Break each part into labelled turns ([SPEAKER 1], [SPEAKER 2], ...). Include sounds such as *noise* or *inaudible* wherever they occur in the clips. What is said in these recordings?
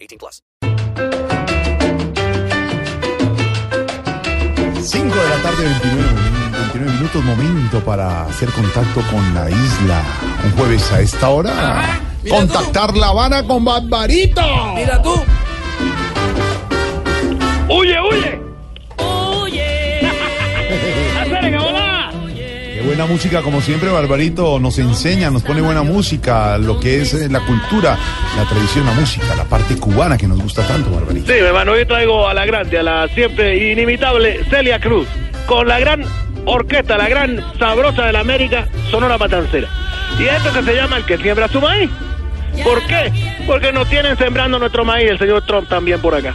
[SPEAKER 1] 18 plus.
[SPEAKER 2] 5 de la tarde, 29, min- 29 minutos, momento para hacer contacto con la isla. Un jueves a esta hora.
[SPEAKER 3] mira
[SPEAKER 2] Contactar La Habana con Barbarito.
[SPEAKER 3] Mira tú.
[SPEAKER 4] ¡Huye, huye! ¡Huye! ¡Acerca, hola!
[SPEAKER 2] Qué buena música, como siempre, Barbarito nos enseña, nos pone buena música, lo que es eh, la cultura, la tradición, la música, la parte cubana que nos gusta tanto, Barbarito.
[SPEAKER 4] Sí, mi hermano, hoy traigo a la grande, a la siempre inimitable Celia Cruz, con la gran orquesta, la gran sabrosa de la América, Sonora Matancera. Y esto que se llama el que siembra su maíz. ¿Por qué? Porque nos tienen sembrando nuestro maíz, el señor Trump también por acá.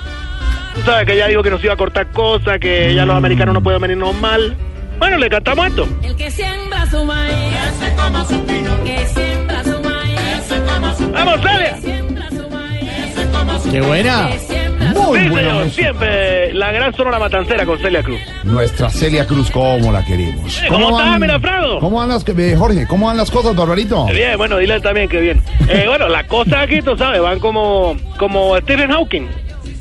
[SPEAKER 4] Tú sabes que ya dijo que nos iba a cortar cosas, que ya los americanos no pueden venirnos mal. Bueno, le cantamos esto.
[SPEAKER 5] El que siembra su maíz, ese como su pino. Que siembra su maíz, ese como su
[SPEAKER 4] ¡Vamos, Celia!
[SPEAKER 5] Siembra su maíz, ese como su
[SPEAKER 6] ¡Qué buena!
[SPEAKER 5] Que siembra su
[SPEAKER 2] Muy
[SPEAKER 4] Sí,
[SPEAKER 2] buena
[SPEAKER 4] señor,
[SPEAKER 2] música.
[SPEAKER 4] siempre la gran Sonora Matancera con Celia Cruz.
[SPEAKER 2] Nuestra Celia Cruz, ¿cómo la queremos?
[SPEAKER 4] Sí, Eh, ¿cómo está, Mirafrado?
[SPEAKER 2] ¿Cómo van las, eh, Jorge, ¿cómo van las cosas, Barbarito?
[SPEAKER 4] Bien, bueno, dile también que bien.
[SPEAKER 2] *laughs*
[SPEAKER 4] Eh, bueno, las cosas aquí, tú sabes, van como, como Stephen Hawking,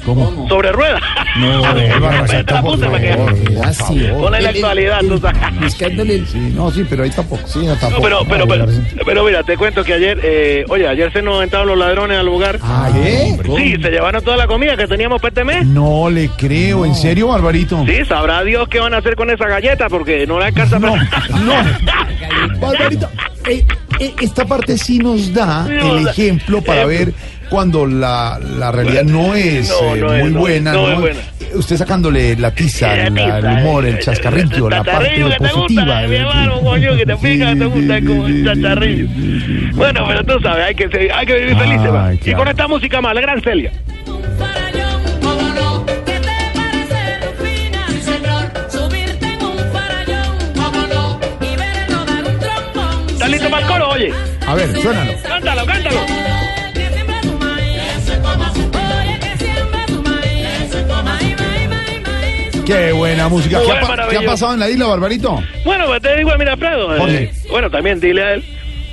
[SPEAKER 2] ¿Cómo?
[SPEAKER 4] sobre ruedas. *laughs*
[SPEAKER 2] No, eh, Barbarito,
[SPEAKER 4] Esta
[SPEAKER 2] por
[SPEAKER 4] puse para que-
[SPEAKER 2] favor, por
[SPEAKER 3] Gracias.
[SPEAKER 2] favor.
[SPEAKER 4] Ponle la actualidad, tú sabes. *laughs*
[SPEAKER 3] Escándale.
[SPEAKER 2] Sí, no, sí, pero ahí tampoco. Sí, no,
[SPEAKER 4] No,
[SPEAKER 2] tampoco.
[SPEAKER 4] pero, pero, pero,
[SPEAKER 2] ¿eh?
[SPEAKER 4] pero mira, te cuento que ayer, eh, oye, ayer se nos entraron los ladrones al lugar.
[SPEAKER 2] Ah, ¿eh?
[SPEAKER 4] Sí, se llevaron toda la comida que teníamos para este mes.
[SPEAKER 2] No le creo, ¿en serio, Barbarito?
[SPEAKER 4] Sí, sabrá Dios qué van a hacer con esa galleta porque no la alcanza
[SPEAKER 2] No,
[SPEAKER 4] para...
[SPEAKER 2] no. Barbarito, eh, eh, esta parte sí nos da el ejemplo para ver cuando la, la realidad no es
[SPEAKER 4] No,
[SPEAKER 2] eh,
[SPEAKER 4] no es,
[SPEAKER 2] muy
[SPEAKER 4] no,
[SPEAKER 2] buena.
[SPEAKER 4] no es
[SPEAKER 2] ¿no? Eh,
[SPEAKER 4] buena.
[SPEAKER 2] Usted sacándole la tiza,
[SPEAKER 4] Sí,
[SPEAKER 2] la- el
[SPEAKER 4] tiza,
[SPEAKER 2] humor, el
[SPEAKER 4] eh,
[SPEAKER 2] chascarrillo, la parte
[SPEAKER 4] chascarrillo que te gusta, eh,
[SPEAKER 2] positiva. eh,
[SPEAKER 4] mi hermano, coño, que te pica, te gusta como el chascarrillo. Bueno, pero tú sabes, hay que, se- hay que vivir
[SPEAKER 2] Ay,
[SPEAKER 4] felices. va. Y
[SPEAKER 2] Ah, claro.
[SPEAKER 4] con esta música más, la gran Celia.
[SPEAKER 5] un farallón, cómo no. ¿Qué te parece, Rufina? Sí, señor. Subirte en un farallón, cómo no. Y verlo dar un trombón.
[SPEAKER 4] ¿Estás listo para el coro, oye?
[SPEAKER 2] A ver, suénalo.
[SPEAKER 4] Cántalo, cántalo.
[SPEAKER 5] Que siembra su maíz, ese como su Oye, que siembra su maíz, ese como maíz, maíz, maíz, maíz, su
[SPEAKER 2] Qué buena música.
[SPEAKER 4] Muy
[SPEAKER 2] ¿Qué ha, pa-
[SPEAKER 4] maravilloso.
[SPEAKER 2] qué ha pasado en la isla, Barbarito?
[SPEAKER 4] Bueno, pues te digo a Mirafredo. eh,
[SPEAKER 2] Oye.
[SPEAKER 4] bueno, también dile a él.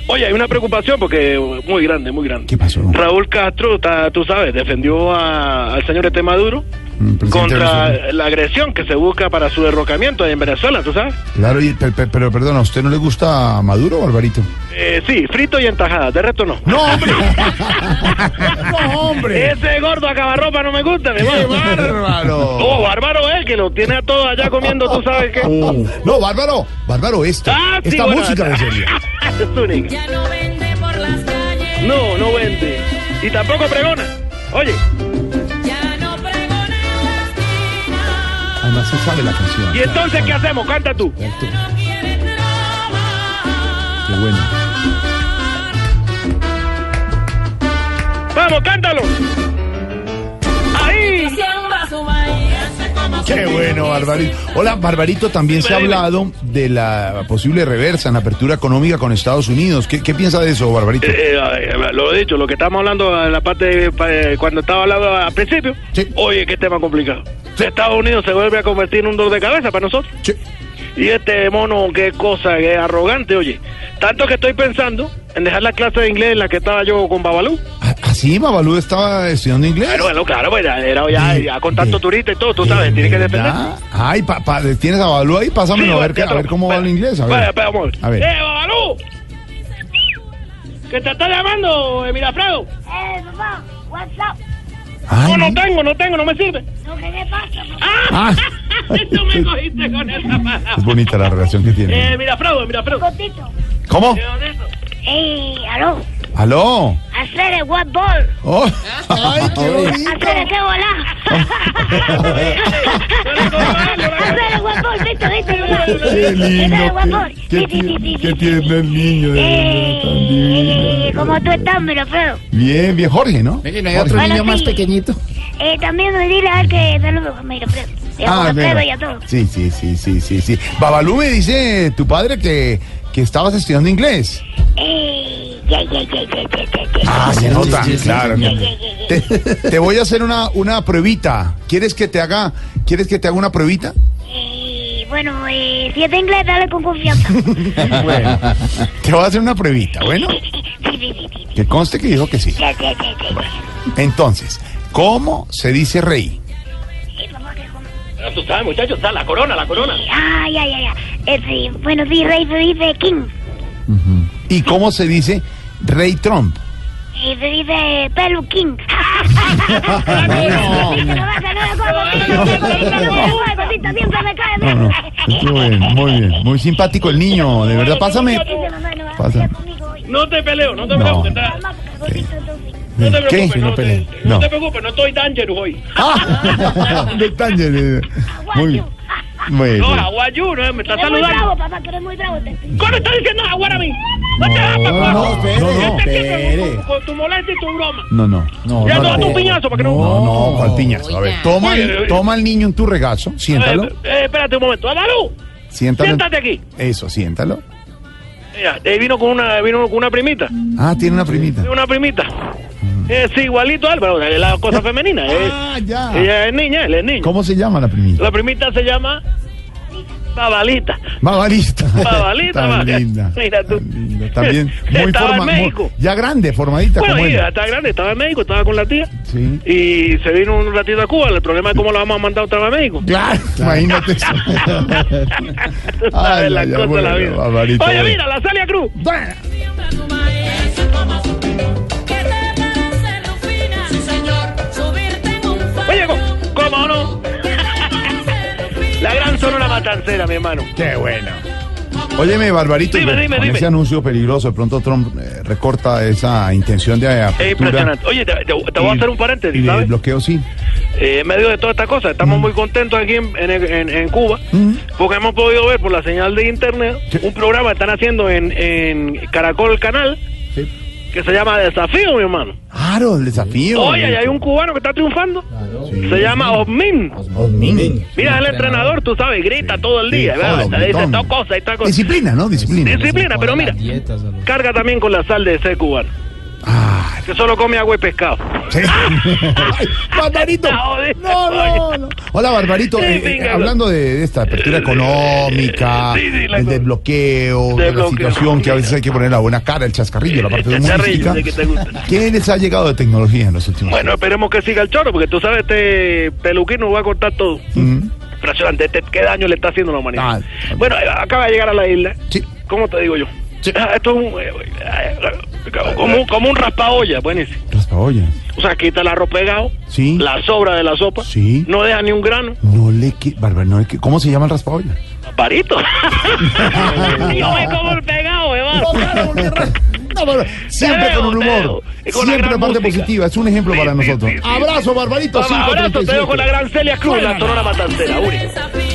[SPEAKER 4] Oye, hay una preocupación porque eh, muy grande, muy grande.
[SPEAKER 2] ¿Qué pasó?
[SPEAKER 4] Raúl Castro, está- tú sabes, defendió a- al señor Este Maduro
[SPEAKER 2] Mm, presidente de
[SPEAKER 4] contra
[SPEAKER 2] Venezuela.
[SPEAKER 4] la agresión que se busca para su derrocamiento en Venezuela, ¿tú sabes?
[SPEAKER 2] Claro, y- pe- pe- pero perdona, ¿a usted no le gusta Maduro, Barbarito?
[SPEAKER 4] Eh, sí, frito y en tajada, de resto no.
[SPEAKER 2] ¡No, hombre! ¡No, hombre!
[SPEAKER 4] Ese gordo acabarropa no me gusta,
[SPEAKER 2] *laughs*
[SPEAKER 4] mi hermano.
[SPEAKER 2] ¡Bárbaro!
[SPEAKER 4] Oh, bárbaro es que lo tiene a todos allá comiendo, tú sabes qué.
[SPEAKER 2] No, bárbaro, bárbaro esto.
[SPEAKER 4] Ah, sí,
[SPEAKER 2] Oh. Esta
[SPEAKER 4] bueno,
[SPEAKER 2] música de Celia.
[SPEAKER 4] *laughs* es única.
[SPEAKER 5] Ya no vende por las calles.
[SPEAKER 4] No, no vende. Y tampoco pregona. Oye,
[SPEAKER 5] Ya no pregona en la esquina.
[SPEAKER 2] Además se sabe la canción.
[SPEAKER 4] ¿y entonces qué hacemos? Canta tú.
[SPEAKER 5] No quiere trabajar.
[SPEAKER 2] Qué bueno.
[SPEAKER 4] Vamos, cántalo. Ahí.
[SPEAKER 5] Siembra su maíz. Hace como
[SPEAKER 2] Qué
[SPEAKER 5] su
[SPEAKER 2] bueno,
[SPEAKER 5] maíz.
[SPEAKER 2] Barbarito. Hola, Barbarito, también se ha
[SPEAKER 4] Dime, dime.
[SPEAKER 2] hablado de la posible reversa en la apertura económica con Estados Unidos. ¿Qué, qué piensa de eso, Barbarito?
[SPEAKER 4] Eh, eh, lo he dicho, lo que estamos hablando en la parte de, pa- eh, cuando estaba hablando al principio.
[SPEAKER 2] Sí.
[SPEAKER 4] Oye, qué tema complicado.
[SPEAKER 2] Sí.
[SPEAKER 4] Estados Unidos se vuelve a convertir en un dolor de cabeza para nosotros.
[SPEAKER 2] Che,
[SPEAKER 4] Y este mono, qué cosa, qué arrogante, oye. Tanto que estoy pensando en dejar la clase de inglés en la que estaba yo con Babalú.
[SPEAKER 2] ¿ah, ¿Así Babalú estaba estudiando inglés?
[SPEAKER 4] Pero bueno, claro, pues, era, era ya,
[SPEAKER 2] De-
[SPEAKER 4] ya con tanto
[SPEAKER 2] de-
[SPEAKER 4] turista y todo, tú sabes, tienes que defender.
[SPEAKER 2] ¿Verdad? Ay, pa- pa- ¿tienes a Babalú ahí? Pásamelo a, ver, qué- a ver cómo va el inglés. A ver.
[SPEAKER 4] Espera, espera, vamos a ver.
[SPEAKER 2] A ver.
[SPEAKER 4] ¡Eh, Babalú! ¿Qué te está llamando, eh, Mirafredo?
[SPEAKER 7] Eh, papá, what's up?
[SPEAKER 2] Ay,
[SPEAKER 4] No, no tengo, no tengo, no me sirve.
[SPEAKER 7] ¿No qué le pasa, papá?
[SPEAKER 2] Ah.
[SPEAKER 4] *laughs* ¡Ah! Tú me cogiste con esa
[SPEAKER 2] Es
[SPEAKER 4] palabra.
[SPEAKER 2] bonita la relación que tiene.
[SPEAKER 4] Eh, Mirafredo, Mirafredo.
[SPEAKER 7] Gotito.
[SPEAKER 2] ¿Cómo?
[SPEAKER 4] ¿De dónde es eso?
[SPEAKER 7] Eh, aló.
[SPEAKER 2] ¿Aló?
[SPEAKER 7] Hacer el web ball.
[SPEAKER 2] Oh, ¡Ay, qué
[SPEAKER 7] Hacer el que volá. Hacer el web ball, Viste, viste, Luna.
[SPEAKER 2] Qué
[SPEAKER 7] Hacer el web
[SPEAKER 2] lindo. Qué,
[SPEAKER 7] ball. Sí, sí,
[SPEAKER 2] tierno-
[SPEAKER 7] sí, sí,
[SPEAKER 2] qué
[SPEAKER 7] sí.
[SPEAKER 2] tierno el niño. de verdad, tan divino.
[SPEAKER 7] Eh, Como tú estás, mi feo.
[SPEAKER 2] Bien, bien, Jorge, ¿no?
[SPEAKER 3] Venga, ¿y no hay otro
[SPEAKER 2] Jorge.
[SPEAKER 7] Bueno,
[SPEAKER 3] niño más
[SPEAKER 7] sí.
[SPEAKER 3] pequeñito.
[SPEAKER 7] Eh, también me dile a él que saludos a mi feo. Y
[SPEAKER 2] Ah,
[SPEAKER 7] a Juan
[SPEAKER 2] bueno.
[SPEAKER 7] Pedro y a todos.
[SPEAKER 2] Sí, sí, sí, sí, sí, sí. Babalú me dice tu padre que, que estabas estudiando inglés.
[SPEAKER 7] Eh, yeah, yeah, yeah, yeah, yeah, yeah, yeah.
[SPEAKER 2] Ah, se nota.
[SPEAKER 3] sí, sí,
[SPEAKER 2] claro.
[SPEAKER 3] sí.
[SPEAKER 2] Te, te voy a hacer una, una pruebita. ¿Quieres que te haga, quieres que te haga una pruebita?
[SPEAKER 7] Eh, Bueno, eh, si es de inglés, dale con confianza. *laughs*
[SPEAKER 2] Te voy a hacer una pruebita, bueno.
[SPEAKER 7] Sí, sí, sí, sí.
[SPEAKER 2] Que conste que dijo que sí.
[SPEAKER 7] Yeah, yeah, yeah, yeah, yeah.
[SPEAKER 2] Entonces, ¿cómo se dice rey?
[SPEAKER 7] Eh, papá, que como-
[SPEAKER 4] Ya Tú sabes, muchachos, está la corona, la corona.
[SPEAKER 7] Ah, ya, ya, ya. Eh, sí. Bueno, sí, Rey se dice King.
[SPEAKER 2] ¿Y cómo se dice rey Trump?
[SPEAKER 7] Y se dice Pelu King.
[SPEAKER 2] Estuvo bien, muy bien, muy simpático el niño, de verdad. Pásame. Pásame.
[SPEAKER 4] No te peleo, no te
[SPEAKER 2] No.
[SPEAKER 4] peleo. porque está- No te
[SPEAKER 2] Mm. ¿Qué?
[SPEAKER 4] preocupes, no, te, no
[SPEAKER 2] No.
[SPEAKER 4] te preocupes, no estoy dangerous hoy.
[SPEAKER 2] *laughs* Ah, de Tánger, eh. Muy bien. Muy bien.
[SPEAKER 4] No, Aguayú, no, me está
[SPEAKER 7] Eres muy bravo,
[SPEAKER 4] saludando.
[SPEAKER 7] papá, que eres muy bravo. te-
[SPEAKER 4] ¿Cómo estás diciendo Aguara a mí? No te hagas,
[SPEAKER 2] No,
[SPEAKER 4] papá.
[SPEAKER 2] no, espere, no,
[SPEAKER 4] Este tipo, con- Con tu molestia y tu broma.
[SPEAKER 2] No, no. No,
[SPEAKER 4] Ya
[SPEAKER 2] no,
[SPEAKER 4] no,
[SPEAKER 2] no.
[SPEAKER 4] tu piñazo, para que no.
[SPEAKER 2] No, no, ¿cuál piñazo? A ver, toma, el- toma al niño en tu regazo, siéntalo,
[SPEAKER 4] Eh, eh, espérate un momento, Amaru.
[SPEAKER 2] siéntalo.
[SPEAKER 4] siéntate aquí.
[SPEAKER 2] Eso, siéntalo.
[SPEAKER 4] Mira, eh, vino con una, vino con una primita.
[SPEAKER 2] Ah, tiene una primita.
[SPEAKER 4] Una primita. Es igualito a él, pero es la cosa femenina. es-
[SPEAKER 2] Mm. Ah, ya.
[SPEAKER 4] ella es niña, él es niño.
[SPEAKER 2] ¿Cómo se llama la primita?
[SPEAKER 4] La primita se llama Babalita.
[SPEAKER 2] Babalista.
[SPEAKER 4] Babalista,
[SPEAKER 2] Tan
[SPEAKER 4] vale.
[SPEAKER 2] linda.
[SPEAKER 4] Mira tú.
[SPEAKER 2] tan linda.
[SPEAKER 4] *laughs*
[SPEAKER 2] También muy
[SPEAKER 4] Estaba en
[SPEAKER 2] forma, muy-
[SPEAKER 4] México.
[SPEAKER 2] ya grande, formadita
[SPEAKER 4] Bueno,
[SPEAKER 2] como
[SPEAKER 4] y
[SPEAKER 2] él.
[SPEAKER 4] está grande, estaba en México, estaba con la tía.
[SPEAKER 2] Sí.
[SPEAKER 4] Y se vino un ratito a Cuba. El problema es cómo lo vamos a mandar otra vez a México. *laughs*
[SPEAKER 2] Claro, imagínate eso.
[SPEAKER 4] Tú sabes
[SPEAKER 2] Ay,
[SPEAKER 4] la
[SPEAKER 2] ay, ay,
[SPEAKER 4] cosa de la
[SPEAKER 2] bueno,
[SPEAKER 4] vida.
[SPEAKER 2] Barbarita,
[SPEAKER 4] Oye,
[SPEAKER 2] bueno.
[SPEAKER 4] mira, la Celia Cruz.
[SPEAKER 5] tu maestra, como su primo. ¿Qué te parece, Rufina? Sí, señor, subirte en un
[SPEAKER 4] Oye,
[SPEAKER 5] farallón.
[SPEAKER 4] co- ¿cómo no? La gran sonora matancera, mi hermano.
[SPEAKER 2] Qué bueno. Óyeme, Barbarito,
[SPEAKER 4] Dime,
[SPEAKER 2] con
[SPEAKER 4] dime,
[SPEAKER 2] ese
[SPEAKER 4] dime.
[SPEAKER 2] anuncio peligroso, de pronto Trump eh, recorta esa intención de apertura.
[SPEAKER 4] Es impresionante. Oye, te, te- te voy a
[SPEAKER 2] y-
[SPEAKER 4] hacer un
[SPEAKER 2] y Mm.
[SPEAKER 4] paréntesis,
[SPEAKER 2] de
[SPEAKER 4] ¿sabes?
[SPEAKER 2] bloqueo, sí.
[SPEAKER 4] Eh, en medio de toda esta cosa, estamos muy contentos aquí en, en- en- en Cuba, porque hemos podido ver por la señal de internet
[SPEAKER 2] Mm. Sí.
[SPEAKER 4] un programa que están haciendo en, en Caracol Canal, que se llama Desafío, mi hermano.
[SPEAKER 2] Claro, el desafío. Ah,
[SPEAKER 4] Oye, ahí hay un cubano que está triunfando. Se llama Osmin.
[SPEAKER 2] Osmin.
[SPEAKER 4] Mira, es el entrenador, tú sabes, grita todo el
[SPEAKER 2] Oh, Sí,
[SPEAKER 4] día. ¿verdad?
[SPEAKER 2] todo,
[SPEAKER 4] Te dice
[SPEAKER 2] gritón.
[SPEAKER 4] esta cosa, esta cosa.
[SPEAKER 2] Disciplina, ¿no? Disciplina.
[SPEAKER 4] Disciplina, pero mira, carga también con la sal de ese cubano,
[SPEAKER 2] Ah,
[SPEAKER 4] que solo come agua y pescado.
[SPEAKER 2] sí.
[SPEAKER 4] Ah.
[SPEAKER 2] Ay, Barbarito. No, no, no. Hola, Barbarito.
[SPEAKER 4] Sí,
[SPEAKER 2] eh, eh,
[SPEAKER 4] venga.
[SPEAKER 2] hablando de, de esta apertura económica,
[SPEAKER 4] Sí, sí, la
[SPEAKER 2] el
[SPEAKER 4] cosa.
[SPEAKER 2] desbloqueo, de la
[SPEAKER 4] Desbloqueo.
[SPEAKER 2] situación que a veces hay que poner la buena cara, el chascarrillo, la parte
[SPEAKER 4] El chascarrillo,
[SPEAKER 2] humorística.
[SPEAKER 4] sé que te gusta.
[SPEAKER 2] ¿Qué les ha llegado de tecnología en los últimos
[SPEAKER 4] Bueno, esperemos que siga el choro, porque tú sabes, este peluquino va a cortar todo.
[SPEAKER 2] Mm.
[SPEAKER 4] Impresionante, este- qué daño le está haciendo a la humanidad.
[SPEAKER 2] Ah.
[SPEAKER 4] bueno, eh, acaba de llegar a la isla.
[SPEAKER 2] Sí.
[SPEAKER 4] ¿Cómo te digo yo?
[SPEAKER 2] Sí.
[SPEAKER 4] Ah, Esto es un, eh, eh, eh, como, un- como un raspaolla, buenísimo.
[SPEAKER 2] Raspaollas.
[SPEAKER 4] O sea, quita el arroz pegado,
[SPEAKER 2] Sí.
[SPEAKER 4] la sobra de la sopa,
[SPEAKER 2] Sí.
[SPEAKER 4] no deja ni un grano.
[SPEAKER 2] No le que, Barbar, no le que, ¿cómo se llama el raspaollas?
[SPEAKER 4] Parito. yo me como el pegado, Eva.
[SPEAKER 2] No, Barbar, siempre
[SPEAKER 4] Teo,
[SPEAKER 2] con un humor,
[SPEAKER 4] Teo, y con la
[SPEAKER 2] siempre
[SPEAKER 4] gran
[SPEAKER 2] parte
[SPEAKER 4] música.
[SPEAKER 2] positiva, es un ejemplo
[SPEAKER 4] Sí,
[SPEAKER 2] para
[SPEAKER 4] sí,
[SPEAKER 2] nosotros.
[SPEAKER 4] sí, sí.
[SPEAKER 2] Abrazo, Barbarito.
[SPEAKER 4] Abrazo, te dejo
[SPEAKER 2] 537.
[SPEAKER 4] con la gran Celia Cruz, la sonora matancera. única.
[SPEAKER 5] Desafío.